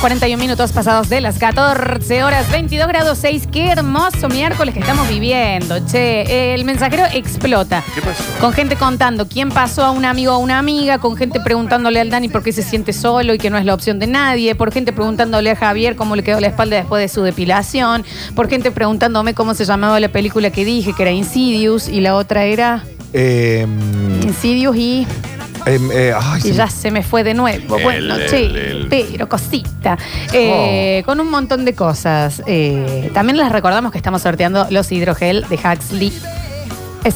41 minutos pasados de las 14 horas, 22 grados 6. Qué hermoso miércoles que estamos viviendo. Che, el mensajero explota. ¿Qué pasó? Con gente contando quién pasó a un amigo o a una amiga, con gente preguntándole al Dani por qué se siente solo y que no es la opción de nadie, por gente preguntándole a Javier cómo le quedó la espalda después de su depilación, por gente preguntándome cómo se llamaba la película que dije, que era Insidious, y la otra era Eh, Insidious y... em, eh, ay, Y sí. ya se me fue de nuevo. El, bueno, el, che, el. Oh. pero cosita. Eh, Con un montón de cosas. Eh, también les recordamos que estamos sorteando los hidrogel de Huxley.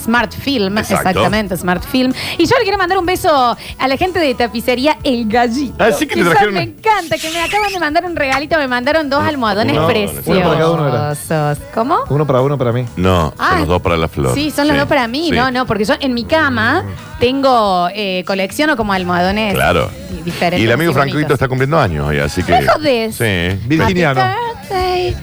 Smart Film, Exacto. exactamente, Smart Film. Y yo le quiero mandar un beso a la gente de tapicería El Gallito. Ah, sí que te Quizás trajeron- Me encanta, que me acaban de mandar un regalito, me mandaron dos almohadones no, no, preciosos. uno para cada uno era. ¿Cómo? Uno para uno para mí. No, Ah. son los dos para la flor. Sí, son los dos para mí, Sí. Mm. no, no, porque yo en mi cama tengo, eh, colecciono como almohadones Claro. di- diferentes. Y el amigo y Franquito bonitos. está cumpliendo años hoy, así que. Me jodés. Sí. Virginiano. Happy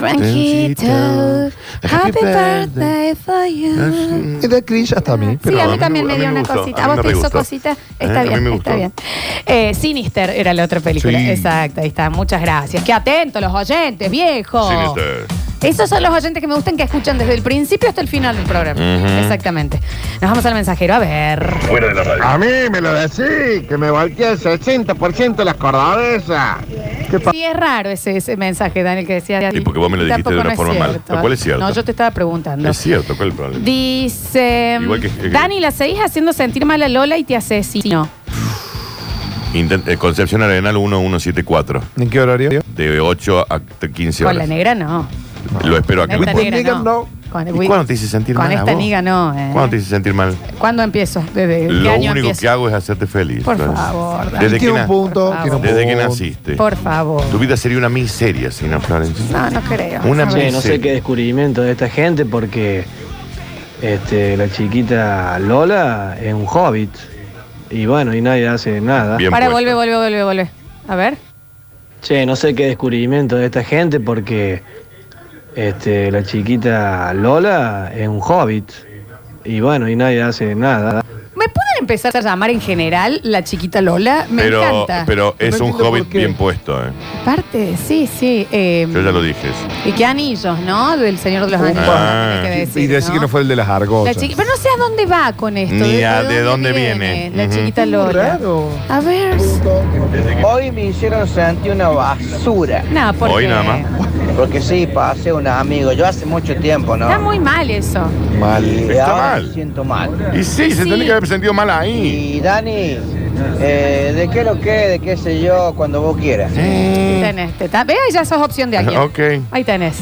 birthday, Franquito. Happy Happy birthday for you. Y de cringe hasta a mí. Sí, Pero a a mí mí también me me- a mí dio una me gustó, cosita. a A vos mí me te hizo gustó. cosita. Eh, Está a mí bien, me está gustó. bien. Eh, Sinister era la otra película. Sí. Exacto, ahí está. Muchas gracias. Qué atentos los oyentes, viejo. Sinister. Esos son los oyentes que me gustan que escuchan desde el principio hasta el final del programa. Ujú. Exactamente. Nos vamos al mensajero a ver. Fuera de la radio. A mí me lo decís, que me volqué el 60% de las cordobesas. ¿Qué Sí, es raro ese, ese mensaje, Daniel, que decía. Sí, porque vos me lo dijiste Tampoco de una no forma es mal. cierto. Lo cual es cierto. No, yo te estaba preguntando. Es cierto, ¿cuál es el problema? Dice. Igual que- Dani, la seguís haciendo sentir mal a Lola y te asesino. Intent- eh, Concepción Arenal 1174, ¿En qué horario? de 8 a 15 Con horas. la negra no. Lo espero Con acá. esta With negra nigga, no. no. Con, ¿Y with- cuándo te hice sentir con mal a esta vos? niga no. eh. ¿Cuándo te hice sentir mal? ¿Cuándo empiezo? ¿Desde qué Lo año único empiezo? que hago es hacerte feliz. Por Flores. favor, Dani. Desde que, Tiene na- un punto. Por tiene un desde que punto. naciste. Por favor. Tu vida sería una miseria si no, Florencia. No, no creo. Una A ver. Che, Eh, no Sí. sé qué descubrimiento de esta gente porque este, la chiquita Lola es un hobbit. Y bueno, y nadie hace nada. Bien Para, puesto. vuelve, vuelve, vuelve, vuelve. A ver. Che, no sé qué descubrimiento de esta gente porque este, la chiquita Lola es un hobbit. Y bueno, y nadie hace nada. ¿Me pueden empezar a llamar en general la chiquita Lola? Me pero, encanta. Pero es No un entiendo por hobbit qué. bien puesto, ¿eh? Aparte, sí, sí. eh, Yo ya lo dije. eso. Y qué anillos, ¿no? Del Señor de los Upa. Anillos. Ah. tenés que decir, Y decir que no fue el de las La argotas. chiqui- Pero no sé a dónde va con esto. Ni a de dónde viene. La Ujú. chiquita Lola. Claro. A ver. Hoy me hicieron sentir una basura. No, porque Hoy nada más. Porque sí, pasé un amigo. Yo hace mucho tiempo, ¿no? Está muy mal eso. Mal. Y Está ahora mal. me siento mal. Y sí, se Sí. tiene que haber sentido mal ahí. Y Dani, eh, de qué lo que, de qué sé yo, cuando vos quieras. Ahí Eh, tenés. te ta- Ve, ahí ya sos opción de alguien. Ok. Ahí tenés.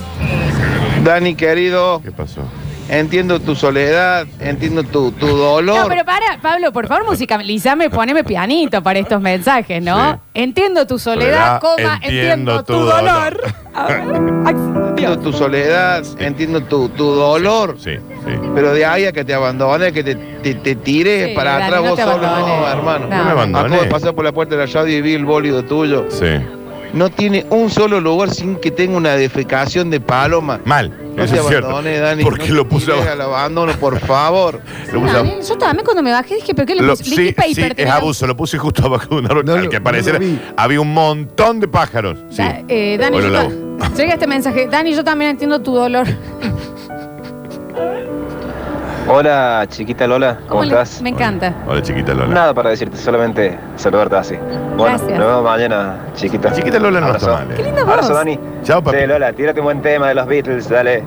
Dani, querido, ¿Qué pasó? entiendo tu soledad, entiendo tu, tu No, dolor. pero para, Pablo, por favor, musicalízame, poneme pianito para estos mensajes, ¿no? Sí. Entiendo tu soledad, Soledad, coma, entiendo, entiendo tu tu dolor. dolor. A ver, acción. Entiendo tu soledad, entiendo tu, tu dolor. Sí, sí. Pero de ahí a que te abandones, que te, te, te tires Sí, para Dani, atrás no vos te solo, no, abandones. hermano. No. No me Acabo de abandoné. pasar por la puerta de la llave y vi el bólido tuyo. Sí. No tiene un solo lugar sin que tenga una defecación de paloma. Mal. No eso te es cierto. abandones, Dani. Porque no lo te puse tires a- al abandono, por favor. Lo puse a- Daniel, yo también cuando me bajé dije, ¿pero qué le Lo- puse? Liquid sí, paper, sí, es tenía- abuso. Lo puse justo abajo de un árbol. No lo- al que no parecer lo vi. había un montón de pájaros. Sí. Da- eh, Dani, Hola, yo Lau. ta- llega este mensaje. Dani, yo también entiendo tu dolor. Hola, chiquita Lola, ¿cómo, le- estás? Me encanta. Hola, chiquita Lola. Nada para decirte, solamente saludarte así. Bueno, Gracias. nos vemos mañana, chiquita. Chiquita Lola no Abrazo. está mal. eh. Linda Abrazo, voz. Dani. Chao, papi. Sí, Lola, tírate un buen tema de los Beatles, dale.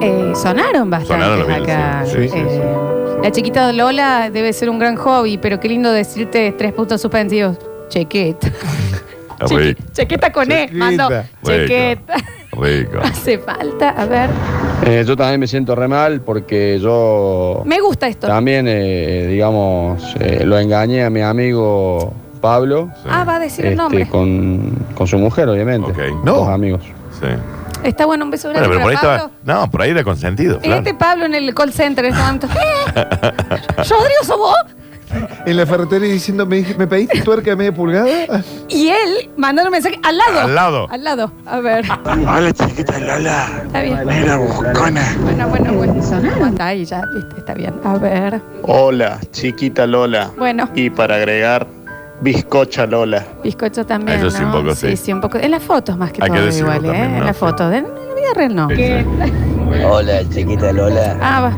Eh, sonaron bastante Sonaron los Beatles, acá. sí, sí, sí, Eh, La chiquita Lola debe ser un gran hobby, pero qué lindo decirte tres puntos suspensivos. Chequeta. Ah, rico. Chequeta con E, Chequeta. mando. Bueno. Chequeta. Rico. Hace falta, a ver. Eh, yo también me siento re mal porque yo Me gusta esto. también, eh, digamos, eh, lo engañé a mi amigo Pablo Sí. Ah, va a decir el este, nombre. con, con su mujer, obviamente. Ok. No. No. Dos amigos. Sí. Está bueno, un beso grande Bueno, pero por ahí para estaba. Pablo. No, por ahí era consentido. claro. Este Pablo en el call center en este momento. ¿Eh? ¿Rodrigo sos vos? En la ferretería diciendo, ¿me, dij- me pediste tuerca de media pulgada? Y él mandando un mensaje al lado. Al lado. Al lado. A ver. Hola chiquita Lola, Está bien. mira buscona. Bueno, bueno, bueno. Está ahí ya, viste, está bien. A ver. Hola chiquita Lola. Bueno. Y para agregar, Bizcocha Lola. Bizcocho también. Eso sí, ¿no? un poco sí. un poco. En las fotos más que Hay que todo decirlo igual, también, ¿eh? En ¿no? las fotos. En la vida real no. Sí, sí. Hola, chiquita Lola. Ah, va.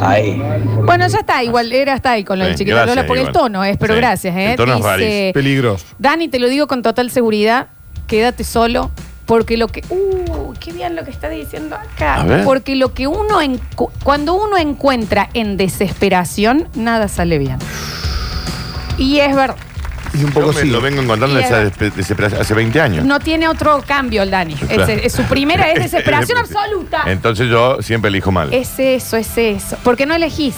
Ay, Bueno, ya está, igual era hasta ahí con lo de Sí, chiquita gracias, Lola, porque igual. el tono es, pero Sí, gracias, ¿eh? el tono es rarísimo. Peligros. Dani, te lo digo con total seguridad, quédate solo, porque lo que... ¡Uh! ¡Qué bien lo que está diciendo A acá! ver. Porque lo que uno... encu- Cuando uno encuentra en desesperación, nada sale bien. Y es verdad, Y un Yo poco me- sí. Lo vengo encontrando Y esa es- despe- desesperación hace 20 años. no tiene otro cambio el Dani. Claro. Ese- es su primera es desesperación absoluta. Entonces yo siempre elijo mal. Es eso, es eso. Porque no elegís.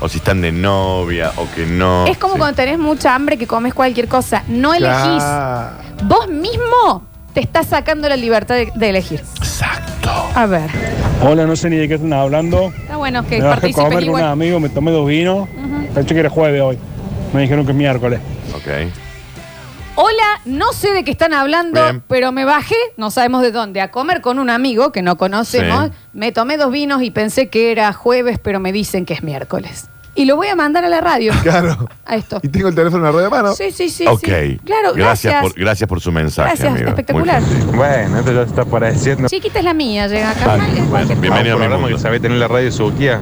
O si están de novia o que no. Es como Sí. cuando tenés mucha hambre que comes cualquier cosa. No elegís. Ah, Vos mismo te estás sacando la libertad de, de elegir. Exacto. A ver. Hola, no sé ni de qué están hablando. Está bueno que Me bajé a participen comer con un igual. amigo, me tomé dos vinos. Pensé que era jueves hoy. Me dijeron que es miércoles. Ok. Hola, no sé de qué están hablando, Bien. pero me bajé, no sabemos de dónde, a comer con un amigo que no conocemos. Sí. Me tomé dos vinos y pensé que era jueves, pero me dicen que es miércoles. Y lo voy a mandar a la radio. Claro. A esto. Y tengo el teléfono en la rueda de mano. Sí, sí, sí. ok. sí. Claro, gracias. Por, gracias por su mensaje. Gracias, amigo. espectacular. Muy gentil. Bueno, esto ya está pareciendo. Chiquita es la mía, llega acá. Ah, Mal, es bueno, cualquier cosa. bienvenido. Un a mi programa mundo. que sabe tener la radio Suquía.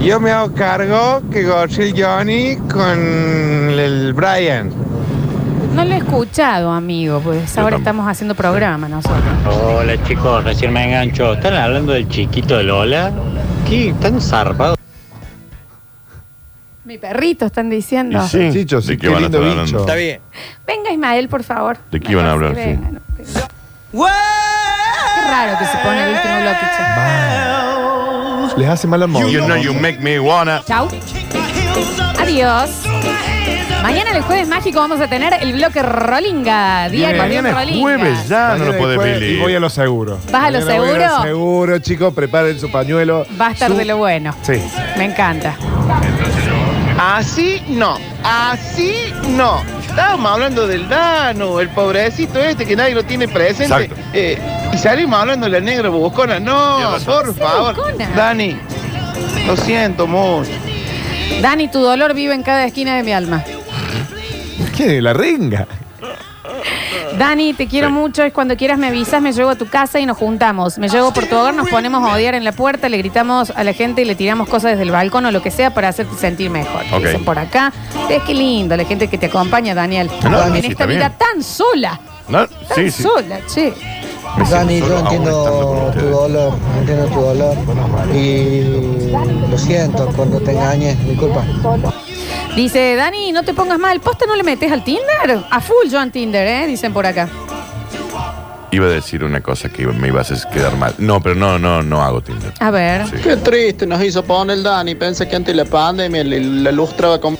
Yo me hago cargo que Gorsil Johnny con el Brian. No lo he escuchado, amigo, pues Yo ahora tampoco. estamos haciendo programa nosotros. Hola chicos, recién me engancho. ¿Están hablando del chiquito de Lola? ¿Qué? ¿Están zarpados? Mi perrito, están diciendo. Y sí, Chicho, sí, ¿de qué qué van a lindo estar hablando? bicho. Está bien. Venga, Ismael, por favor. ¿De qué iban a Mejor hablar? sí, Sí. venga, no, pero- Qué raro que se pone el último bloque, che. Les hace mal al móvil. You know you make me wanna. Chau. Adiós. Mañana el jueves mágico vamos a tener el bloque Rolinga. Día con Mañana es Rolinga. jueves ya, no lo podés Y voy a pedir. lo seguro. ¿Vas a lo Mañana voy seguro? seguro, chicos. Preparen su pañuelo. Va a estar su- de lo bueno. Sí. Me encanta. Así no, así no. Estábamos hablando del Dano, el pobrecito este que nadie lo tiene presente. Exacto. Eh, y salimos hablando de la negra buscona. Tienes No, razón. por Sí, favor. buscona. Dani, lo siento mucho. Dani, tu dolor vive en cada esquina de mi alma. ¿Qué? La renga. Dani, te quiero Sí. mucho. Es cuando quieras me avisas, me llevo a tu casa y nos juntamos. Me llevo por tu hogar, nos ponemos a odiar en la puerta, le gritamos a la gente y le tiramos cosas desde el balcón o lo que sea para hacerte sentir mejor. Ok. Dicen por acá. Es que lindo la gente que te acompaña, Daniel. No, en sí, esta está vida bien. tan sola. No, Tan sí, sí. sola, che. Me siento Dani, yo solo Pues aún estando con entiendo tu ustedes. dolor, entiendo tu dolor. Y lo siento cuando te engañes, disculpa. Dice, Dani, no te pongas mal. ¿Posta no le metes al Tinder? A full yo en Tinder, ¿eh? Dicen por acá. Iba a decir una cosa que me ibas a quedar mal. No, pero no, no, no hago Tinder. A ver. Sí. Qué triste nos hizo poner el Dani. Pensé que antes de la pandemia la, la lustraba con...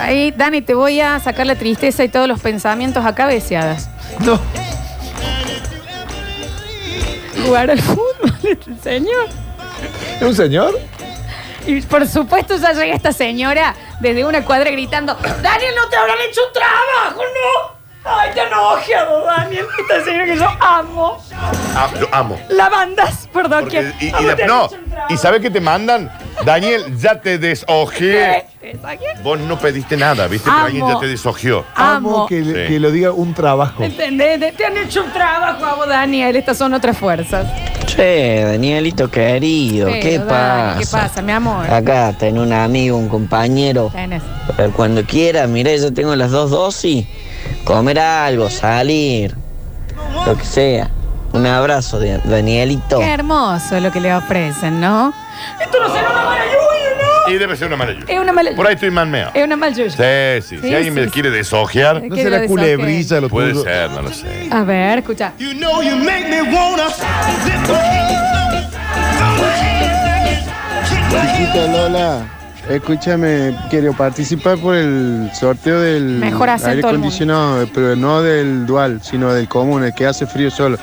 Ahí, Dani, te voy a sacar la tristeza y todos los pensamientos acá cabeceadas. No. Jugar al fútbol, este señor. ¿Es un señor? Y por supuesto ya llega esta señora desde una cuadra gritando, Daniel, no te habrán hecho un trabajo, ¿no? Ay, te enojado, Daniel. Esta señora que yo amo. Ah, yo amo. Lavandas, perdón, Porque- que... y, y amo, la- Ah, te han no, hecho un trabajo. y ¿sabes qué te mandan? Daniel, ya te desojé. ¿Te saqué? Vos no pediste nada, ¿viste? Pero Amo. alguien ya te desojeó. Amo. que, Sí. que lo diga un trabajo. ¿Entendés? Te- Te han hecho un trabajo a vos, Daniel. Estas son otras fuerzas. Che, Danielito querido, Pero, ¿qué Dani, pasa? Ah, ¿Qué pasa, mi amor? Acá tenés un amigo, un compañero. Tenés. Pero cuando quiera, mira, yo tengo las dos dosis. Comer algo, salir, lo que sea. Un abrazo, de Danielito. Qué hermoso lo que le ofrecen, ¿no? Esto no será una mala lluvia, ¿no? Y debe ser una mala Es yuya. una mala Por ahí estoy manmeado. Es una mala lluvia. Sí, sí. Sí, Si alguien sí, me sí. quiere desojear, ¿No que lo será desoje. culebrilla lo puede tuyo? ser, no lo sé. A ver, escucha. Chiquita Lola, escúchame, quiero participar por el sorteo del Mejor aire acento del mundo. acondicionado, pero no del dual, sino del común, el que hace frío solo.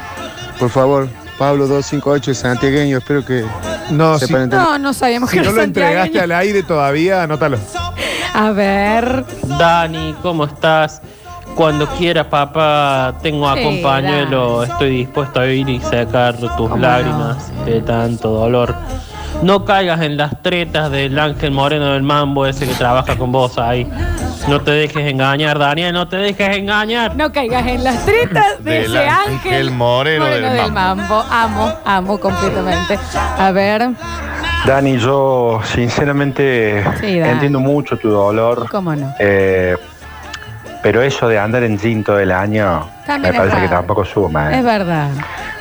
Por favor, Pablo 258, el santiagueño, espero que No, Ah, si, sepan entender. No, no sabíamos si que no era lo entregaste santiagueño. al aire todavía, anótalo. A ver. Dani, ¿cómo estás? Cuando quieras, papá, tengo a Sí, compañero. Estoy dispuesto a ir y sacar tus ¿Cómo lágrimas de tanto dolor. No caigas en las tretas del Ángel Moreno del Mambo, ese que trabaja con vos ahí. No te dejes engañar, Daniel, no te dejes engañar. No caigas en las tretas de Del ese ángel. Ángel Moreno del mambo. Amo, amo completamente. A ver, Dani, yo sinceramente Sí, Dani. entiendo mucho tu dolor. cómo no. eh, pero eso de andar en jean todo el año También me es parece que raro. tampoco suma, Es eh, verdad.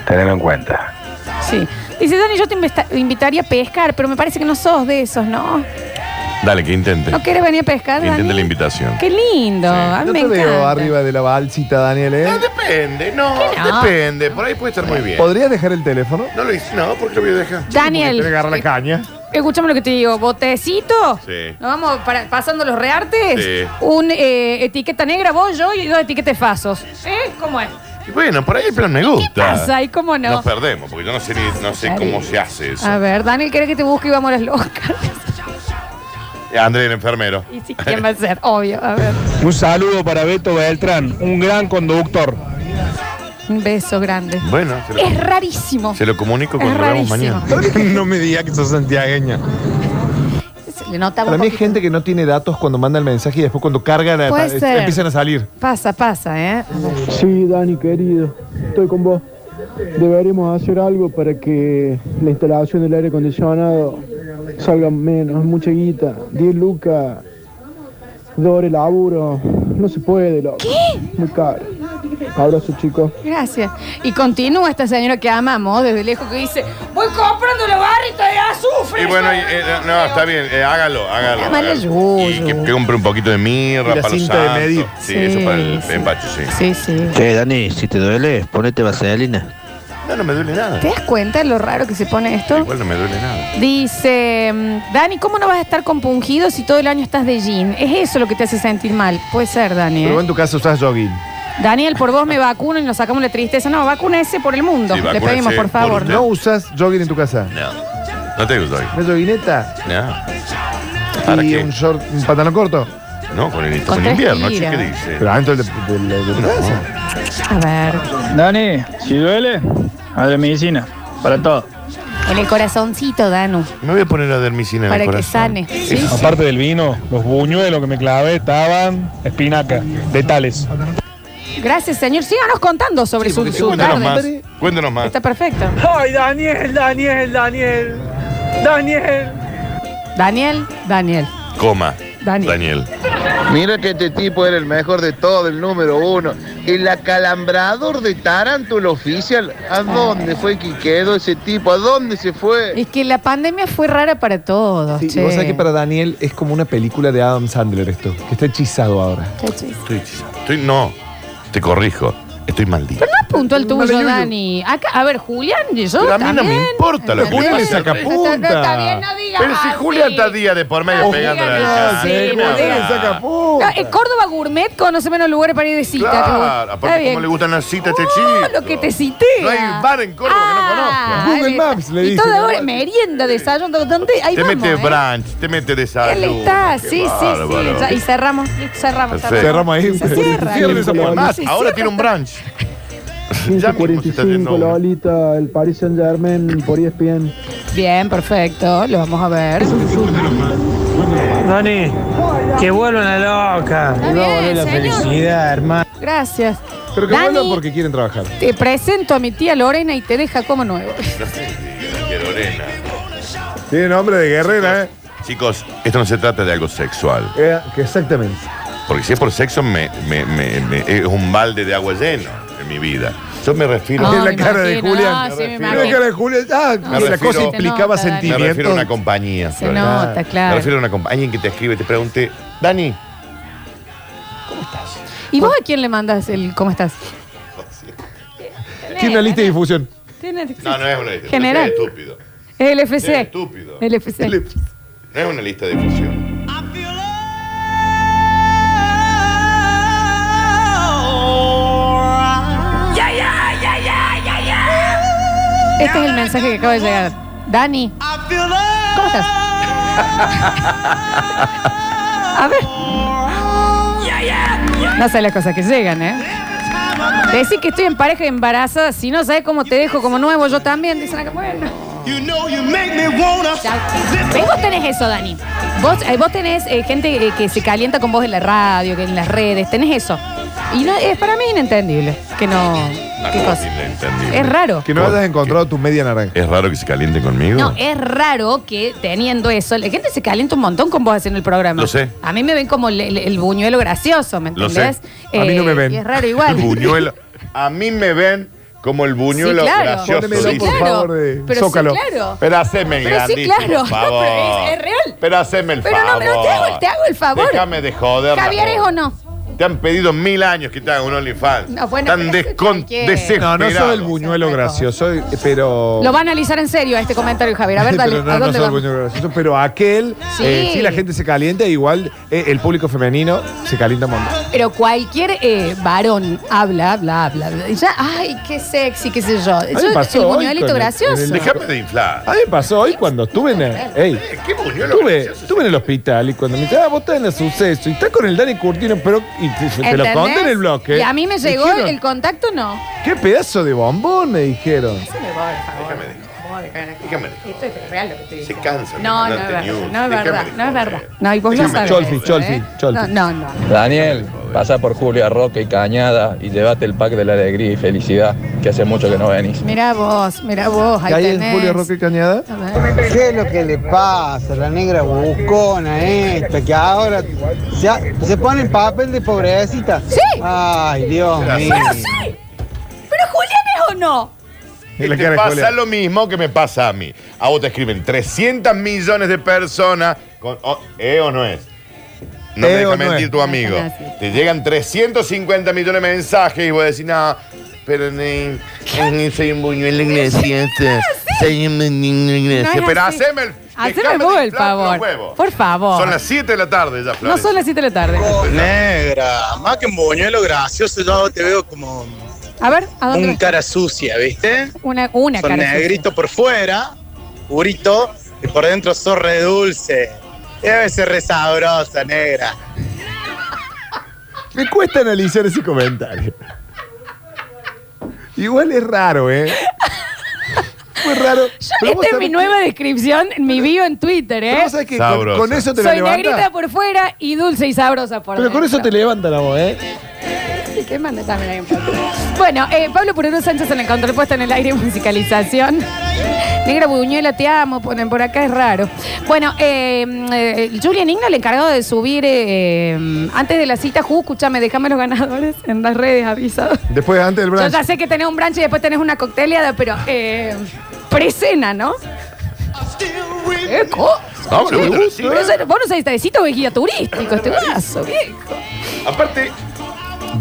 tenerlo en cuenta. Sí. Dice, Dani, yo te investa- invitaría a pescar, pero me parece que no sos de esos, ¿no? Dale, que intente. ¿No quieres venir a pescar, Que intente Dani? la invitación. Qué lindo. A mí No me te veo encanta. arriba de la balsita, Daniel, ¿eh? Depende, no, no? depende. Por ahí puede estar muy bien. ¿Podrías dejar el teléfono? No lo hice, no, porque lo voy a dejar. Daniel. Eh, Tiene que agarrar la caña. Escuchame lo que te digo, botecito. Sí. Nos vamos para- pasando los reartes. Sí. Un eh, etiqueta negra, vos, yo y dos etiquetes fasos. ¿Eh? ¿Cómo es? Y bueno, por ahí el plan me gusta. pasa? ¿Y cómo no? Nos perdemos, porque yo no sé, ni- no sé cómo se hace eso. A ver, Daniel quiere que te busque y vamos a las locas. Eh, André, el enfermero. Y sí, ¿quién va a ser? Obvio, a ver. Un saludo para Beto Beltrán, un gran conductor. Un beso grande. Bueno, se lo, Es rarísimo. se lo comunico Es cuando lo vemos rarísimo. mañana. no me digas que sos santiagueño. Se le notaba Para un mí hay poquito. gente que no tiene datos cuando manda el mensaje y después cuando carga la- Puede eh, ser. empiezan a salir. Pasa, pasa, ¿eh? A ver. Sí, Dani, querido, estoy con vos. Deberíamos hacer algo para que la instalación del aire acondicionado salga menos, mucha guita. 10 lucas, doble laburo. No se puede, loco. Muy caro. Abrazo, chicos. Gracias. Y continúa esta señora que amamos desde lejos que dice, voy comprando la barrita de azufre. Y bueno, y, eh, no, está bien, eh, hágalo, hágalo. Llámale hágalo. yuyu. Y que, que compre un poquito de mirra Y la para los cinta de santos. medir. Sí, Sí, eso para el sí. empacho, sí. Sí, sí. Che, Dani, si te duele, ponete vaselina. No, no me duele nada. ¿Te das cuenta de lo raro que se pone esto? Igual no me duele nada. Dice, mm, Dani, ¿cómo no vas a estar compungido si todo el año estás de jean? Es eso lo que te hace sentir mal. Puede ser, Dani. Pero ¿eh? vos en tu casa usás jogging. Daniel, por vos me vacuno y nos sacamos la tristeza. No, vacúnese por el mundo. Sí, Le vacúnese pedimos, por por favor. usted. ¿No usas jogging en tu casa? No. No te gusta. ¿Una joguineta? No. ¿Para ¿Y qué? un short, un pantalón corto? No, con el, Con con tres invierno, che, giras. ¿qué dice? Pero adentro del- del- del- de tu casa. A ver. Dani, Eh, si duele, a la medicina, para todo. En el corazoncito, Danu. Me voy a poner la dermicina en Para el que corazón. sane. ¿sí? Aparte del vino, los buñuelos que me clavé estaban espinaca, de tales. Gracias, señor. Síganos contando sobre su, su Cuéntanos tarde. más. Cuéntanos más. Está perfecto. Ay, Daniel, Daniel, Daniel. Daniel. Daniel, Daniel. Coma. Daniel. Mira que este tipo era el mejor de todo, el número uno. El acalambrador de Tarántula oficial. ¿A dónde fue que quedó ese tipo? ¿A dónde se fue? Es que la pandemia fue rara para todos. Sí, che. vos sabés que para Daniel es como una película de Adam Sandler esto, que está hechizado ahora. Qué chis- Estoy, estoy- no, te corrijo. Estoy maldito. Pero no apuntó al Vale, Ah, tuyo, Lulu. Dani. Acá, a ver, Julián, y yo Pero a mí no también. me importa lo que ¿Entendés? Julián le saca Está- está- Está bien, no digas Pero si así. Julián está día de por medio No pegándole digas al así, cable, Julián. ¿qué me habla? Saca No, en Córdoba Gourmet conoce menos lugares para ir de cita. Claro, Está aparte bien. cómo le gustan las citas a este Todo chico. lo que te cité. No hay bar en Córdoba Ah, que no conozca. ahí está. Y toda hora merienda, desayuno, ¿dónde? Ahí Te vamos, mete ¿eh? brunch, te mete Él desayuno. está, Qué sí, sí, bárbaro. sí. Y cerramos, listo, cerramos, Perfecto. cerramos. ahí. Se cierra. Cierren esa puerta. Más, Se ahora cierra. tiene un brunch. Ya mismo se está 1545, haciendo uno. Lolita, el Paris Saint Germain por E ESPN. Bien, perfecto. Lo vamos a ver. Dani, que vuelvan la loca. Está bien, señor. hermano. Gracias. Pero que Dani, vuelvan porque quieren trabajar. Te presento a mi tía Lorena y te deja como nuevo. Qué Lorena. Tiene nombre de guerrera, ¿eh? Chicos, esto no se trata de algo sexual. Eh, que exactamente. Porque si es por sexo, me, me- me- me- es un balde de agua lleno en mi vida. Yo me refiero Tiene la cara de Julián. No, sí, me Tiene la imagino. cara de Julián. Ah, Me la refiero- cosa implicaba Se nota, Dani. sentimientos. Me refiero a una compañía. Se Flor. nota, claro. Me refiero a una compañía. Alguien que te escribe y te pregunte, Dani, ¿Y vos a quién le mandas el cómo estás? Tiene una lista de difusión. Tenés- No, no es una lista. de General. difusión, Es estúpido. Es el FC. Es estúpido. El FC. No es una lista de difusión. Este es el mensaje que acaba de llegar. Dani. ¿Cómo estás? A ver. No sé las cosas que llegan, ¿eh? Decir que estoy en pareja embarazada, si no sabes cómo te dejo como nuevo, yo también. Dicen acá, bueno. Ya. ¿Ves? Vos tenés eso, Dani. Vos, eh, vos tenés eh, gente eh, que se calienta con vos en la radio, que en las redes, tenés eso. Y no, es para mí inentendible que no. ¿Qué cosa? Entendible. Es raro. Que no hayas encontrado tu media naranja. ¿Es raro que se caliente conmigo? No, es raro que teniendo eso, la gente se calienta un montón con vos haciendo el programa. Lo sé. A mí me ven como el, el- el buñuelo gracioso, ¿me Lo entendés? sé. A mí no me ven. y es raro igual. El buñuelo. A mí me ven como el buñuelo Sí, claro. gracioso. Pónmelo, por dice. favor, eh, de Pero sí, Zócalo. claro. Pero haceme el Pero sí, grandísimo claro. favor. Pero es- es real. Pero haceme el Pero no, favor. pero te hago- te hago el favor. Déjame de joder. Javier es Ramón. o no. Te han pedido mil años que te hagan un OnlyFans. No, bueno, Tan pero eso descon- cualquiera. No, desesperado. no soy el buñuelo gracioso, soy- pero. Lo va a analizar en serio a este comentario, Javier. A ver, dale. pero no, ¿A no dónde soy el vamos? buñuelo gracioso, pero aquel. Sí. eh, sí, la gente se calienta, igual eh, el público femenino se calienta un montón. Pero cualquier eh, varón habla, habla, habla. habla. Y Ya, ay, qué sexy, qué sé yo. me Yo- pasó el hoy buñuelito con el- gracioso. con el- Déjame de inflar. A mí me pasó hoy cuando estuve en el, ey, estuve, estuve en el hospital y cuando me dijeron, ah, vos estás en el suceso y estás con el Dani Curtino, pero y te, te lo ¿Entendés? conté en el bloque. Y a mí me llegó Dijeron, el contacto, no. Qué pedazo de bombón, me dijeron. Déjame por favor. ¿Cómo dejar acá? Déjame. Esto es real lo que estoy diciendo. cansa, No, me no es mandaste verdad. news. No es verdad. Déjame No es verdad. No, y vos lo Déjame. sabes. Cholfi, eso, Cholfi, ¿eh? Cholfi. No, no, no. Daniel, pasa por Julia Roca y Cañada y llévate el pack de la alegría y felicidad, que hace mucho que no venís. Mirá vos, mirá vos. Ahí ¿Qué hay en tenés. Julio Roque Cañada? ¿Qué es lo que le pasa a la negra buscona esta que ahora se, ha- se pone en papel de pobrecita? Sí. Ay, Dios mío. Pero sí. ¿Pero Julián es o no? Y La te cara de pasa Julián. lo mismo que me pasa a mí. A vos te escriben 300 millones de personas con oh, ¿eh o no es? No me ¿Eh deja o no mentir es? tu amigo. Gracias. Te llegan 350 millones de mensajes y vos decís, no, pero ni, ni soy un buñuelo iglesia. Soy un buñuelo No iglesia. es Pero así. haceme el. Haceme dejame de vos el inflar los favor. huevos. Por favor. Son las 7 de la tarde ya, No Flores. son las 7 de la tarde. Negra, más que un buñuelo gracioso, yo te veo como A ver, ¿a dónde? un vas? cara sucia, ¿viste? Una, una Son cara. negrito por fuera, purito, y por dentro sos re dulce. Debe ser re sabrosa, negra. Me cuesta analizar ese comentario. Igual es raro, ¿eh? Fue raro. Yo- Esta este es mi nueva descripción, mi bio en Twitter, ¿eh? Pero vos sabés que con- Sabrosa. con eso te la Soy levanta. negrita por fuera y dulce y sabrosa por Pero con eso te levanta la voz, ¿eh? Sí, que manda también ahí un poco. Bueno, eh, Pablo Purero Sánchez en el control puesto en el aire y musicalización. Negra Buñuela, te amo, ponen por acá, es raro. Bueno, eh, eh, Julian Igna, el encargado de subir eh, antes de la cita, Ju, escúchame, déjame los ganadores en las redes avisados. Después, antes del Yo brunch. ya sé que tenés un brunch y después tenés una cocteleada, pero eh, pre-cena, ¿no? ¿Qué cosa? No, pero bueno, Pero sí. eso- vos no sabés, está de cita o de guía turístico este vaso, viejo. Aparte,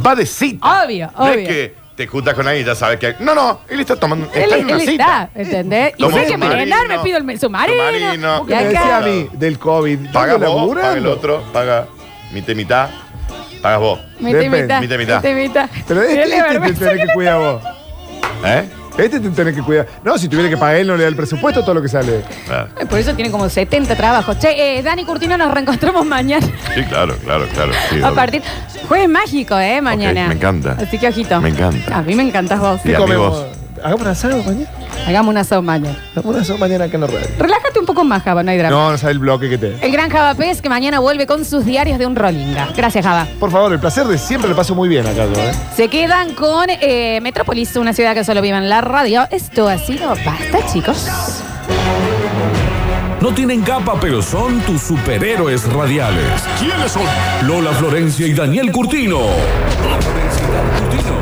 va de cita. Obvio, No es Ah, obvio. que te juntas con alguien y ya sabes que. No, no, él está tomando. Está Él, en una él cita. está, ¿entendés? Y Toma sé que submarino, merendar me pido el submarino. submarino. Y Me decía a acá, mí del COVID. yo Paga ando vos, paga el laburando. otro, paga mitad y mitad, pagas vos. mitad y mitad. Mitad y mitad. Mitad y mitad. Pero este, Tiene este te vergüenza tenés que que cuidar vos. ¿Eh? Este te tenés que cuidar. No, si tuviera que pagar él, no le da el presupuesto todo lo que sale. no- Por eso tiene como 70 trabajos. Che, eh, Dani Curtino, nos reencontramos mañana. Sí, claro, claro, claro. sí, A obvio. partir. Jueves mágico, ¿eh? Mañana. Ok, me encanta. Así que ojito. Me encanta. A mí me encantás vos. Y a mí vos. Hagamos un asado mañana. Hagamos una asado mañana. Hagamos un asado mañana acá en la red. Relájate un poco más, Java, no hay drama. No, no sabe el bloque que te. El gran Java Pérez que mañana vuelve con sus diarios de un rollinga. Gracias, Java. Por favor, el placer de siempre le paso muy bien acá, yo, ¿eh? Se quedan con eh, Metrópolis, una ciudad que solo vive en la radio. Esto ha sido Basta, chicos. No tienen capa, pero son tus superhéroes radiales. ¿Quiénes son? Lola Florencia y Daniel Curtino. Lola Florencia y Daniel Curtino.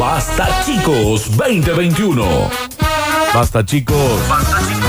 Basta chicos 2021. Basta chicos. Basta chicos.